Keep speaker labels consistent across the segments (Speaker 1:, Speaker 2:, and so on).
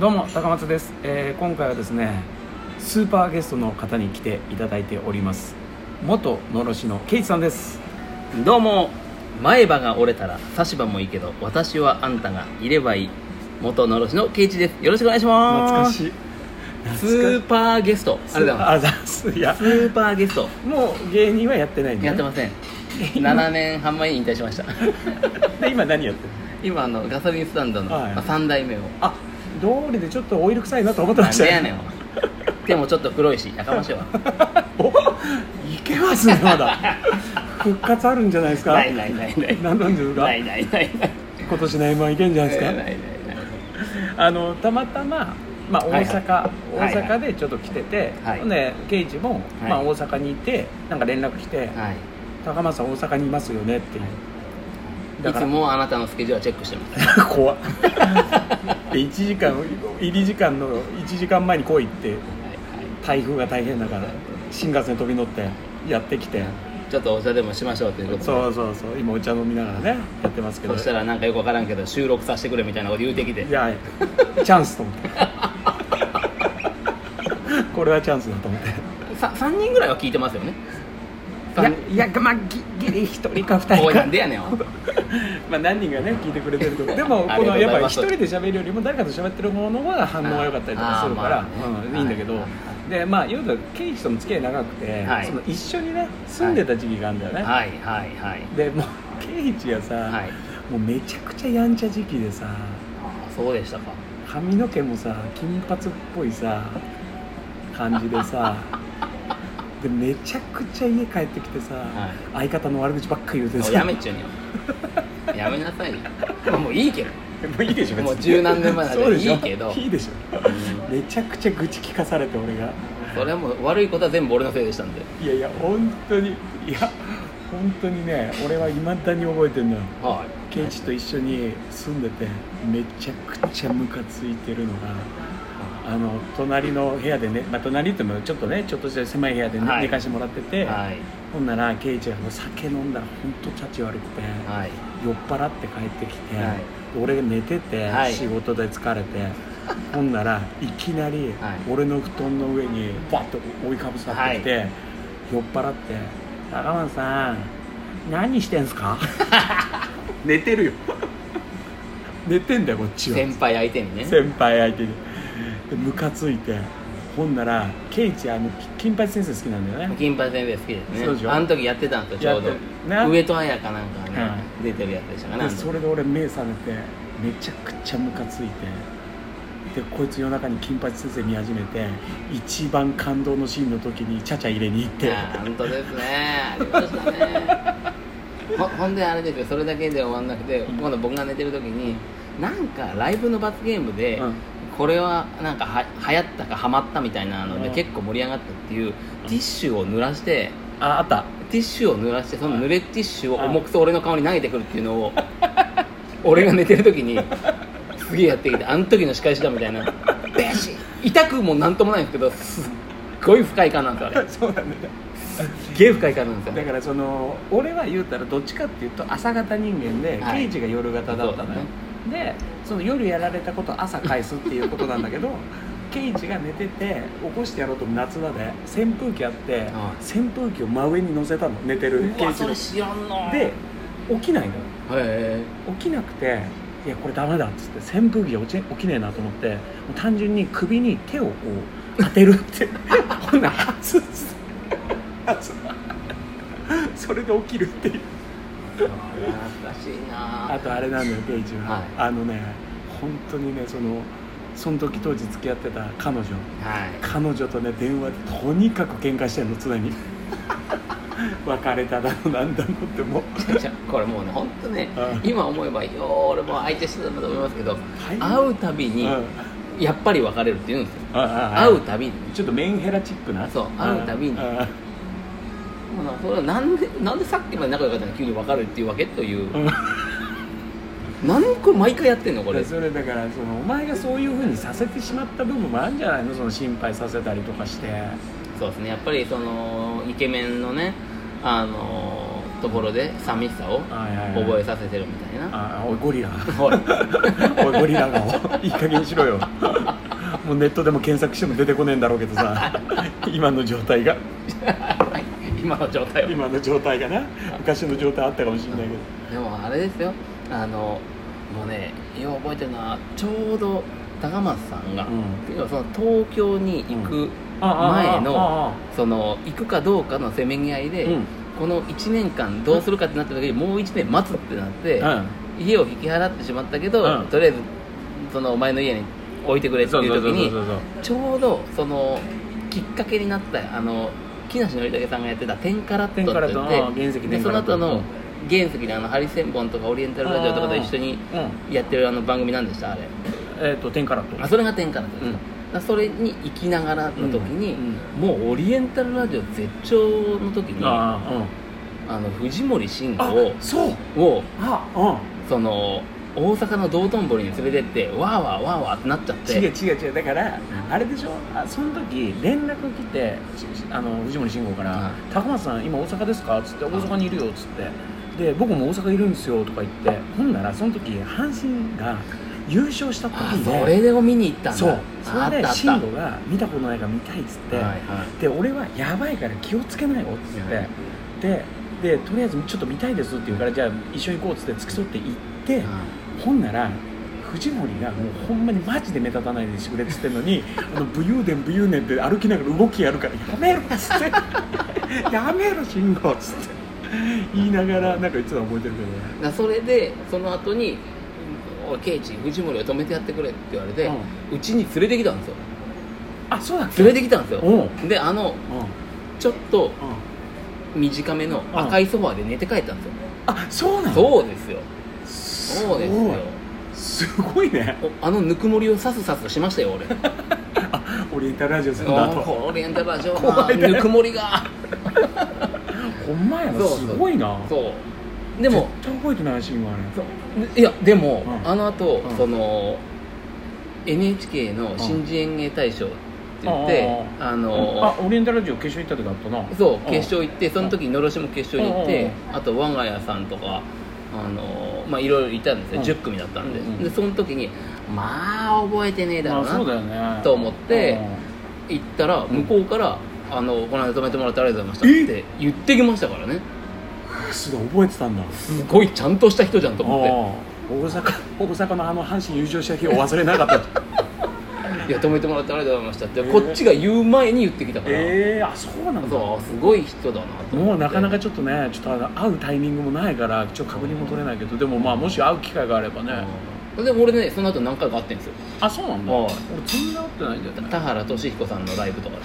Speaker 1: どうも高松です、えー今回はですねスーパーゲストの方に来ていただいております元のろしのケイチさんです
Speaker 2: どうも前歯が折れたら差し歯もいいけど私はあんたがいればいい元のろしの圭一ですよろしくお願いしま
Speaker 1: 懐
Speaker 2: す
Speaker 1: かしい
Speaker 2: スー
Speaker 1: パー
Speaker 2: パーゲストあれだ
Speaker 1: あざっすいや
Speaker 2: スーパーゲスト
Speaker 1: もう芸人はやってないんで、
Speaker 2: やってますせん7年半前に引退しました
Speaker 1: で今何やってる
Speaker 2: 今あのガソリンスタンドの
Speaker 1: はい
Speaker 2: 3代目を
Speaker 1: あ道理でちょっとオイル臭いなと思って
Speaker 2: な
Speaker 1: ま
Speaker 2: ん
Speaker 1: した
Speaker 2: でやね んお手もちょっと黒いしやかましいわ
Speaker 1: おいけますねま だ復活あるんじゃないですか
Speaker 2: ないないないない
Speaker 1: 何なんですか
Speaker 2: ないないないない
Speaker 1: 今年の m 1いけんじゃないですか、
Speaker 2: ないないない
Speaker 1: あのたまたま、まあ、
Speaker 2: は
Speaker 1: 大
Speaker 2: いはい
Speaker 1: 阪、
Speaker 2: はいはい
Speaker 1: 大阪でちょっと来てて、
Speaker 2: はい
Speaker 1: ほんで刑事も、
Speaker 2: はい
Speaker 1: まあ、大阪にいてなんか連絡来て、
Speaker 2: はい
Speaker 1: 高松さん大阪にいますよね」っていうだ
Speaker 2: い
Speaker 1: か
Speaker 2: つ
Speaker 1: ら
Speaker 2: もあなたのスケジュールはチェックして ます
Speaker 1: 怖っで1時間入り時間の1時間前に来いって台風が大変だから新幹線飛び乗ってやってきて、
Speaker 2: ちょっとお茶でもしましょうということで
Speaker 1: そうそうそう今お茶飲みながらねやってますけど
Speaker 2: そしたらなんかよくわからんけど収録させてくれみたいなこと言うてきて
Speaker 1: いやチャンスと思 ってこれはチャンスだと思って
Speaker 2: さ3人ぐらいは聞いてますよ ね
Speaker 1: いやいやまあぎギリ一人か二
Speaker 2: お
Speaker 1: 人
Speaker 2: い
Speaker 1: か
Speaker 2: なんでやねんおい
Speaker 1: まあ何人がね聞いてくれてる けどでも
Speaker 2: あ
Speaker 1: こ
Speaker 2: りが
Speaker 1: の
Speaker 2: とうございます
Speaker 1: やっぱり一人で喋るよりも誰かと喋ってる方の方が反応が良かったりとかするから
Speaker 2: あーまあね
Speaker 1: うんいいんだけど
Speaker 2: はい
Speaker 1: でまあ要はケイジとの付き合い長くて
Speaker 2: はい
Speaker 1: その一緒にね住んでた時期があるんだよね
Speaker 2: はいはいはい
Speaker 1: でもうケイジがさ
Speaker 2: はい
Speaker 1: もうめちゃくちゃやんちゃ時期でさ
Speaker 2: あそうでしたか
Speaker 1: 髪の毛もさ金髪っぽいさ感じで さでめちゃくちゃ家帰ってきてさ
Speaker 2: はい
Speaker 1: 相方の悪口ばっか言うて
Speaker 2: お
Speaker 1: さ
Speaker 2: いやめっちゅうねんやめなさいよまあ もういいけど
Speaker 1: もういいでしょ別に
Speaker 2: もう十何年前なんで
Speaker 1: そうでしょ
Speaker 2: いいけど
Speaker 1: いいでしょめちゃくちゃ愚痴聞かされて俺が
Speaker 2: それはもう悪いことは全部俺のせいでしたんで
Speaker 1: いやいや本当にいや本当にね俺はいまだに覚えてるのよ
Speaker 2: は
Speaker 1: ケイチと一緒に住んでてめちゃくちゃムカついてるのがあの隣の部屋でね、まあ、隣って言ってもちょっとねちょっとした狭い部屋で、ね
Speaker 2: はい
Speaker 1: 寝かしてもらって
Speaker 2: い
Speaker 1: て、
Speaker 2: はい
Speaker 1: ほんならケイチがもう酒飲んだら本当チャチ悪くて、
Speaker 2: はい
Speaker 1: 酔っ払って帰ってきて、
Speaker 2: はい
Speaker 1: 俺が寝てて、
Speaker 2: はい
Speaker 1: 仕事で疲れ てほんならいきなり
Speaker 2: はい
Speaker 1: 俺の布団の上にバッと覆いかぶさってきて、酔っ払って「高松さん何してんすか? 」 寝てるよ 寝てんだよこっちは
Speaker 2: 先輩相手にね
Speaker 1: 先輩相手にでムカついてほんならケイチあの金八先生好きなんだよね
Speaker 2: 金八先生好きですね
Speaker 1: そうでしょ
Speaker 2: あの時やってたんですよちょう
Speaker 1: やって
Speaker 2: ど
Speaker 1: ね
Speaker 2: 上戸彩かなんかがね、
Speaker 1: は
Speaker 2: 出てるやつでしたかね
Speaker 1: でそれで俺目覚めてめちゃくちゃムカついてでこいつ夜中に金八先生見始めて一番感動のシーンの時にちゃちゃ入れに行って
Speaker 2: あー本当ですねありましたねほほんであれですよそれだけで終わんなくて、今度僕が寝てる時になんかライブの罰ゲームで、
Speaker 1: うん
Speaker 2: これはなんかは流行ったかハマったみたいなので、
Speaker 1: うん
Speaker 2: 結構盛り上がったっていうティッシュを濡らして
Speaker 1: ああった
Speaker 2: ティッシュを濡らしてその濡れティッシュを重くそ俺の顔に投げてくるっていうのを 俺が寝てる時にすげえやってきてあの時の仕返しだみた いなベシッ痛くもなんともないんですけどすっごい不快感なんですよあれ
Speaker 1: そうなんだよ
Speaker 2: すっげえ不快感なんですよ
Speaker 1: だからその俺は言うたらどっちかっていうと朝型人間で、
Speaker 2: はい
Speaker 1: ケイジが夜型だったのよでその夜やられたこと朝返すっていうことなんだけ どケイジが寝てて起こしてやろうと夏場で扇風機あって、扇風機を真上に乗せたの寝てる
Speaker 2: う
Speaker 1: ケ
Speaker 2: わ
Speaker 1: イジ
Speaker 2: そ
Speaker 1: の
Speaker 2: れ知らんな
Speaker 1: で起きないのよ
Speaker 2: え
Speaker 1: 起きなくていやこれダメだっつって扇風機が起き起きねえなと思ってもう単純に首に手をこう当てるって ほんなら熱っつって熱っ それで起きるっていう
Speaker 2: 懐かしいな
Speaker 1: あとあれなんだよペイジは、
Speaker 2: はい
Speaker 1: あのね本当にねそのその時当時付き合ってた彼女
Speaker 2: はい
Speaker 1: 彼女とね電話でとにかく喧嘩してんの常に 別れただのなんだのってもう
Speaker 2: じゃあこれもうね本当ね
Speaker 1: うん
Speaker 2: 今思えばよう俺も相手してたんだと思いますけど
Speaker 1: い
Speaker 2: 会うたび
Speaker 1: う
Speaker 2: に
Speaker 1: ん
Speaker 2: やっぱり別れるって言うんですよ
Speaker 1: 会
Speaker 2: 会うたびに
Speaker 1: ちょっとメンヘラチックな
Speaker 2: そう会うたびに
Speaker 1: あ
Speaker 2: もうなそれはなんでなんでさっきまで仲良かったのに急に別れるっていうわけという
Speaker 1: あうん
Speaker 2: 何これ毎回やってんのこれ
Speaker 1: でそれだからそのお前がそういうふうにさせてしまった部分もあるんじゃないのその心配させたりとかして
Speaker 2: そうですねやっぱりそのイケメンのねあのところで寂しさを
Speaker 1: はいはいはい
Speaker 2: 覚えさせてるみたい な
Speaker 1: あおいゴリラ
Speaker 2: おい
Speaker 1: おいゴリラがいい加減にしろよもうネットでも検索しても出てこねえんだろうけどさ今の状態が
Speaker 2: 今の状態を
Speaker 1: 今の状態がな昔の状態あったかもしれないけど
Speaker 2: でもあれですよあのもうねよう覚えてるのはちょうど高松さんが、
Speaker 1: うん
Speaker 2: 要はその東京に行く、前の
Speaker 1: の
Speaker 2: その行くかどうかのせめぎ合いで、この1年間どうするかってなった時にもう1年待つってなって、家を引き払ってしまったけど、
Speaker 1: うん
Speaker 2: とりあえずそのお前の家に置いてくれっていう時に
Speaker 1: うそう
Speaker 2: ちょうどそのきっかけになったあの木梨憲武さんがやってた「テンカラット」
Speaker 1: 天から
Speaker 2: って
Speaker 1: と
Speaker 2: 言っ
Speaker 1: あー
Speaker 2: て
Speaker 1: 原石
Speaker 2: で
Speaker 1: 天
Speaker 2: そ
Speaker 1: か
Speaker 2: の
Speaker 1: らと
Speaker 2: 後の原石であのハリセンボンとかオリエンタルラジオとかと一緒に
Speaker 1: うん
Speaker 2: やってるあの番組なんでしたあれ
Speaker 1: えっ、と天からと
Speaker 2: あそれが天からと、
Speaker 1: うん
Speaker 2: だからそれに行きながらの時に、
Speaker 1: うん
Speaker 2: もうオリエンタルラジオ絶頂の時にあ
Speaker 1: ああうん
Speaker 2: の藤森慎
Speaker 1: あ
Speaker 2: 吾
Speaker 1: そう
Speaker 2: を
Speaker 1: あうん
Speaker 2: その大阪の道頓堀に連れてってわーわーわーわーってなっちゃっ
Speaker 1: 違う
Speaker 2: て
Speaker 1: 違う違うだからあれでしょあその時連絡来てしあの藤森慎吾から
Speaker 2: はい
Speaker 1: 「高松さん今大阪ですか?」っつって「大阪にいるよ」っつってで「僕も大阪いるんですよ」とか言ってほんならその時阪神が優勝した時
Speaker 2: あ
Speaker 1: で
Speaker 2: それを見に行ったんだ
Speaker 1: そう
Speaker 2: あ
Speaker 1: そ
Speaker 2: ったあ
Speaker 1: れ
Speaker 2: っ
Speaker 1: で
Speaker 2: た
Speaker 1: 慎吾が見たことないから見たいっつって、
Speaker 2: はいはい
Speaker 1: で俺はやばいから気をつけなよっつって、
Speaker 2: はい
Speaker 1: ででとりあえずちょっと見たいですって言うからじゃあ一緒に行こうっつって付き添って行って、ほんなら藤森がもうほんまにマジで目立たないでしてくれっつってんの にあの武勇伝武勇伝って歩きながら動きやるからやめろっつって やめろ慎吾っつって言いながらなんか言ってたの覚えてるけどね
Speaker 2: だからそれでその後に「おいケイチ藤森を止めてやってくれ」って言われてうち、に連れてきたんですよ
Speaker 1: あそうだっけ
Speaker 2: 連れてきたんです
Speaker 1: うん
Speaker 2: よ
Speaker 1: うんうん
Speaker 2: であのちょっと短めの赤いソファーで寝て帰ったんですよ、
Speaker 1: あそうなの
Speaker 2: そうですよ
Speaker 1: す
Speaker 2: そ
Speaker 1: ご
Speaker 2: う
Speaker 1: い
Speaker 2: ですよ
Speaker 1: すごいね
Speaker 2: おあのぬくもりをさすさすとしましたよ 俺
Speaker 1: オリエンタルラジオするんだと
Speaker 2: オリエンタルラジオ
Speaker 1: 怖いね
Speaker 2: ぬくもりが
Speaker 1: ほんまやな
Speaker 2: そうそ
Speaker 1: す
Speaker 2: う
Speaker 1: ごいな
Speaker 2: そうでも
Speaker 1: 絶対覚えてないシーンはあれ
Speaker 2: いやでも、
Speaker 1: うん
Speaker 2: あの後、
Speaker 1: うん
Speaker 2: その NHK の新人演芸大賞って言って、
Speaker 1: う
Speaker 2: あの
Speaker 1: あオリエンタルラジオ決勝行った時あったな
Speaker 2: そう
Speaker 1: うん
Speaker 2: 決勝行ってその時にのろしも決勝に行って、
Speaker 1: う
Speaker 2: あと我が家さんとかあのまあいろいろいたんですよ、
Speaker 1: うん
Speaker 2: 10組だったんで、
Speaker 1: うんうん
Speaker 2: でその時にまあ覚えてねえだろう
Speaker 1: まあ
Speaker 2: な
Speaker 1: そうだよね
Speaker 2: と思って
Speaker 1: うん
Speaker 2: 行ったら
Speaker 1: ん
Speaker 2: 向こうから、あのこの間止めてもらってありがとうございましたって言ってきましたからね
Speaker 1: すごい覚えてたんだ
Speaker 2: すごいちゃんとした人じゃんと思
Speaker 1: 大阪大阪のあの阪神優勝した日を忘れなかった
Speaker 2: って「いや止めてもらってありがとうございました」って、
Speaker 1: えー
Speaker 2: こっちが言う前に言ってきたから、
Speaker 1: ええあそうなんだ
Speaker 2: そうすごい人だなと思って
Speaker 1: もうなかなかちょっとねちょっとあの会うタイミングもないからちょっと確認も取れないけどでもまあもし会う機会があればね、
Speaker 2: うんで俺ねその後何回か会ってんですよ
Speaker 1: あそうなんだ
Speaker 2: はい
Speaker 1: 俺全然会って ないんだよね
Speaker 2: 田原俊彦さんのライブ とか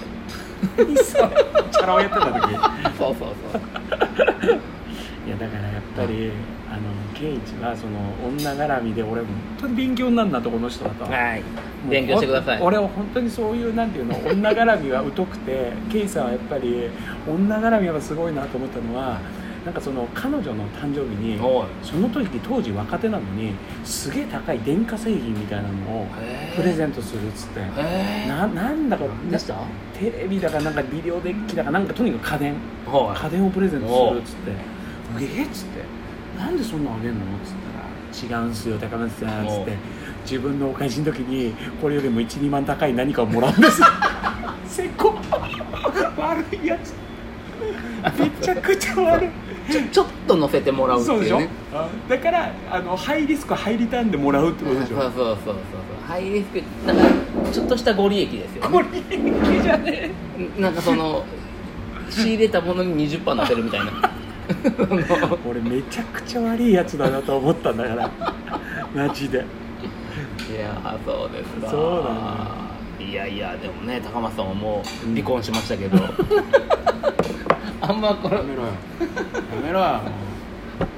Speaker 2: で
Speaker 1: 何それチャラをやってた時
Speaker 2: そうそうそう
Speaker 1: いやだからやっぱりあの圭一はその女絡みで俺本当に勉強になるなとこの人だと
Speaker 2: はい勉強してください
Speaker 1: もう俺は本当にそういうなん ていうの女絡みは疎くてケイさんはやっぱり女絡みはすごいなと思ったのはなんかその彼女の誕生日に
Speaker 2: おい
Speaker 1: その時当時若手なのにすげえ高い電化製品みたいなのをプレゼントするっつって
Speaker 2: え
Speaker 1: ななんだか
Speaker 2: 何でしたは
Speaker 1: テレビだかなんかビデオデッキだかなんかとにかく家電
Speaker 2: い
Speaker 1: 家電をプレゼントするっつって「えっ?」っつって「なんでそんなんあげんの?」っつったら「違うんすよ高松さん」っつ
Speaker 2: お
Speaker 1: っ
Speaker 2: う
Speaker 1: て自分のお返しの時にこれよりも12万高い何かをもらうんです せっこ悪いやつめちゃくちゃ悪い
Speaker 2: ちょちょっと乗せてもらうって
Speaker 1: そうで
Speaker 2: い
Speaker 1: し
Speaker 2: う
Speaker 1: ょ
Speaker 2: ね
Speaker 1: だからあのハイリスクハイリターンでもらうってことでし
Speaker 2: そ
Speaker 1: ょ
Speaker 2: うそうそうそうそうハイリスクだからちょっとしたご利益です よ、
Speaker 1: こ
Speaker 2: ね、
Speaker 1: れいいじゃね
Speaker 2: なんかその仕入れたものに20%乗せるみ たいな
Speaker 1: え俺めちゃくちゃ悪いやつだなと思ったんだからマジで
Speaker 2: いやーそうですか
Speaker 1: そうない
Speaker 2: やいやでもね高松さんはもう離婚しまし たけど、あんまこ
Speaker 1: や
Speaker 2: の
Speaker 1: めろよやめろよ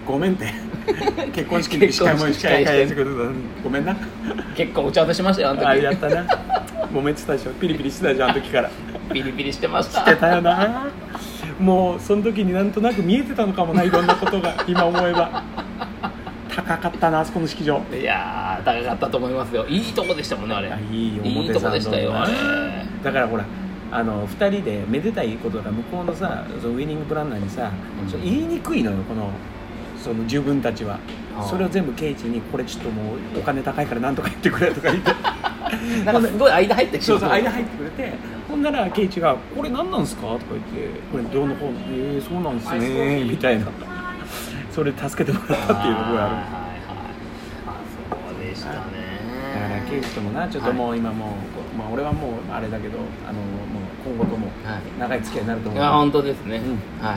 Speaker 1: ごめんって 結婚式の時司会も
Speaker 2: 結婚式
Speaker 1: 司会やってくれたのにごめんな
Speaker 2: 結構お茶出しましたよあの
Speaker 1: あれやっ
Speaker 2: 時
Speaker 1: たな揉めてたでしょピリピリしてたじゃんあの時からし
Speaker 2: ピリピリしてました
Speaker 1: てたよなもうその時になんとなく見えてたのかもないろんなことが今思えば高かったなあそこの式場
Speaker 2: いやー高かったと思いますよいいとこでしたもんねあれ
Speaker 1: あいい
Speaker 2: いい
Speaker 1: 表
Speaker 2: と
Speaker 1: 参道
Speaker 2: こ
Speaker 1: だ
Speaker 2: でしたよあれ
Speaker 1: だからほらあの2人でめでたいことが向こうのさそのウィニングプランナーにさ、
Speaker 2: うん
Speaker 1: そう言いにくいのよこのその自分たちは
Speaker 2: あー
Speaker 1: それを全部ケイチに「これちょっともうお金高いからなんとか言ってくれ」とか言って
Speaker 2: なんかすごい間入ってきて
Speaker 1: そう
Speaker 2: る
Speaker 1: そう間入ってくれてほんならケイチが「これ何なんすか?」とか言って「これどうのこうのえー、そうなんすね」みたいなそれ助けてもらったっていうところがある
Speaker 2: はいはいはいそうでしたね
Speaker 1: だからケイチともなちょっともう今もう、こうまあ、俺はもうあれだけどあのもう今後とも
Speaker 2: はい
Speaker 1: 長い付き合いになると
Speaker 2: い
Speaker 1: 思う
Speaker 2: や本当ですね、
Speaker 1: う
Speaker 2: はい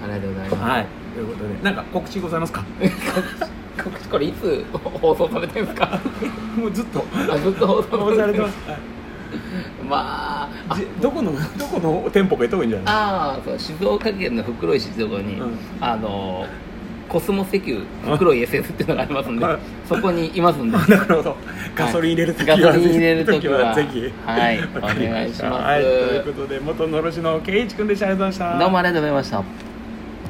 Speaker 2: ありがとうございます、
Speaker 1: はいということでなんか告知ございますか
Speaker 2: 告知これいつ放送されてるんで すか
Speaker 1: もうずっ と
Speaker 2: あずっと放送
Speaker 1: 告知されてますす
Speaker 2: まあ
Speaker 1: じどこのどこの店舗か行った方がいいんじゃない
Speaker 2: ああそう静岡県の袋井静岡に、
Speaker 1: うん
Speaker 2: あのコスモ石油袋井 SS っていうのがありますんで
Speaker 1: はい
Speaker 2: そこにいますん で
Speaker 1: なるほどガソリン入れるときは、
Speaker 2: ガソリン入れる時は
Speaker 1: ぜひ
Speaker 2: はい
Speaker 1: わかり
Speaker 2: お願いします
Speaker 1: はいということで元のろしの圭一君でしたありがとうございました
Speaker 2: é どうもありがとうございました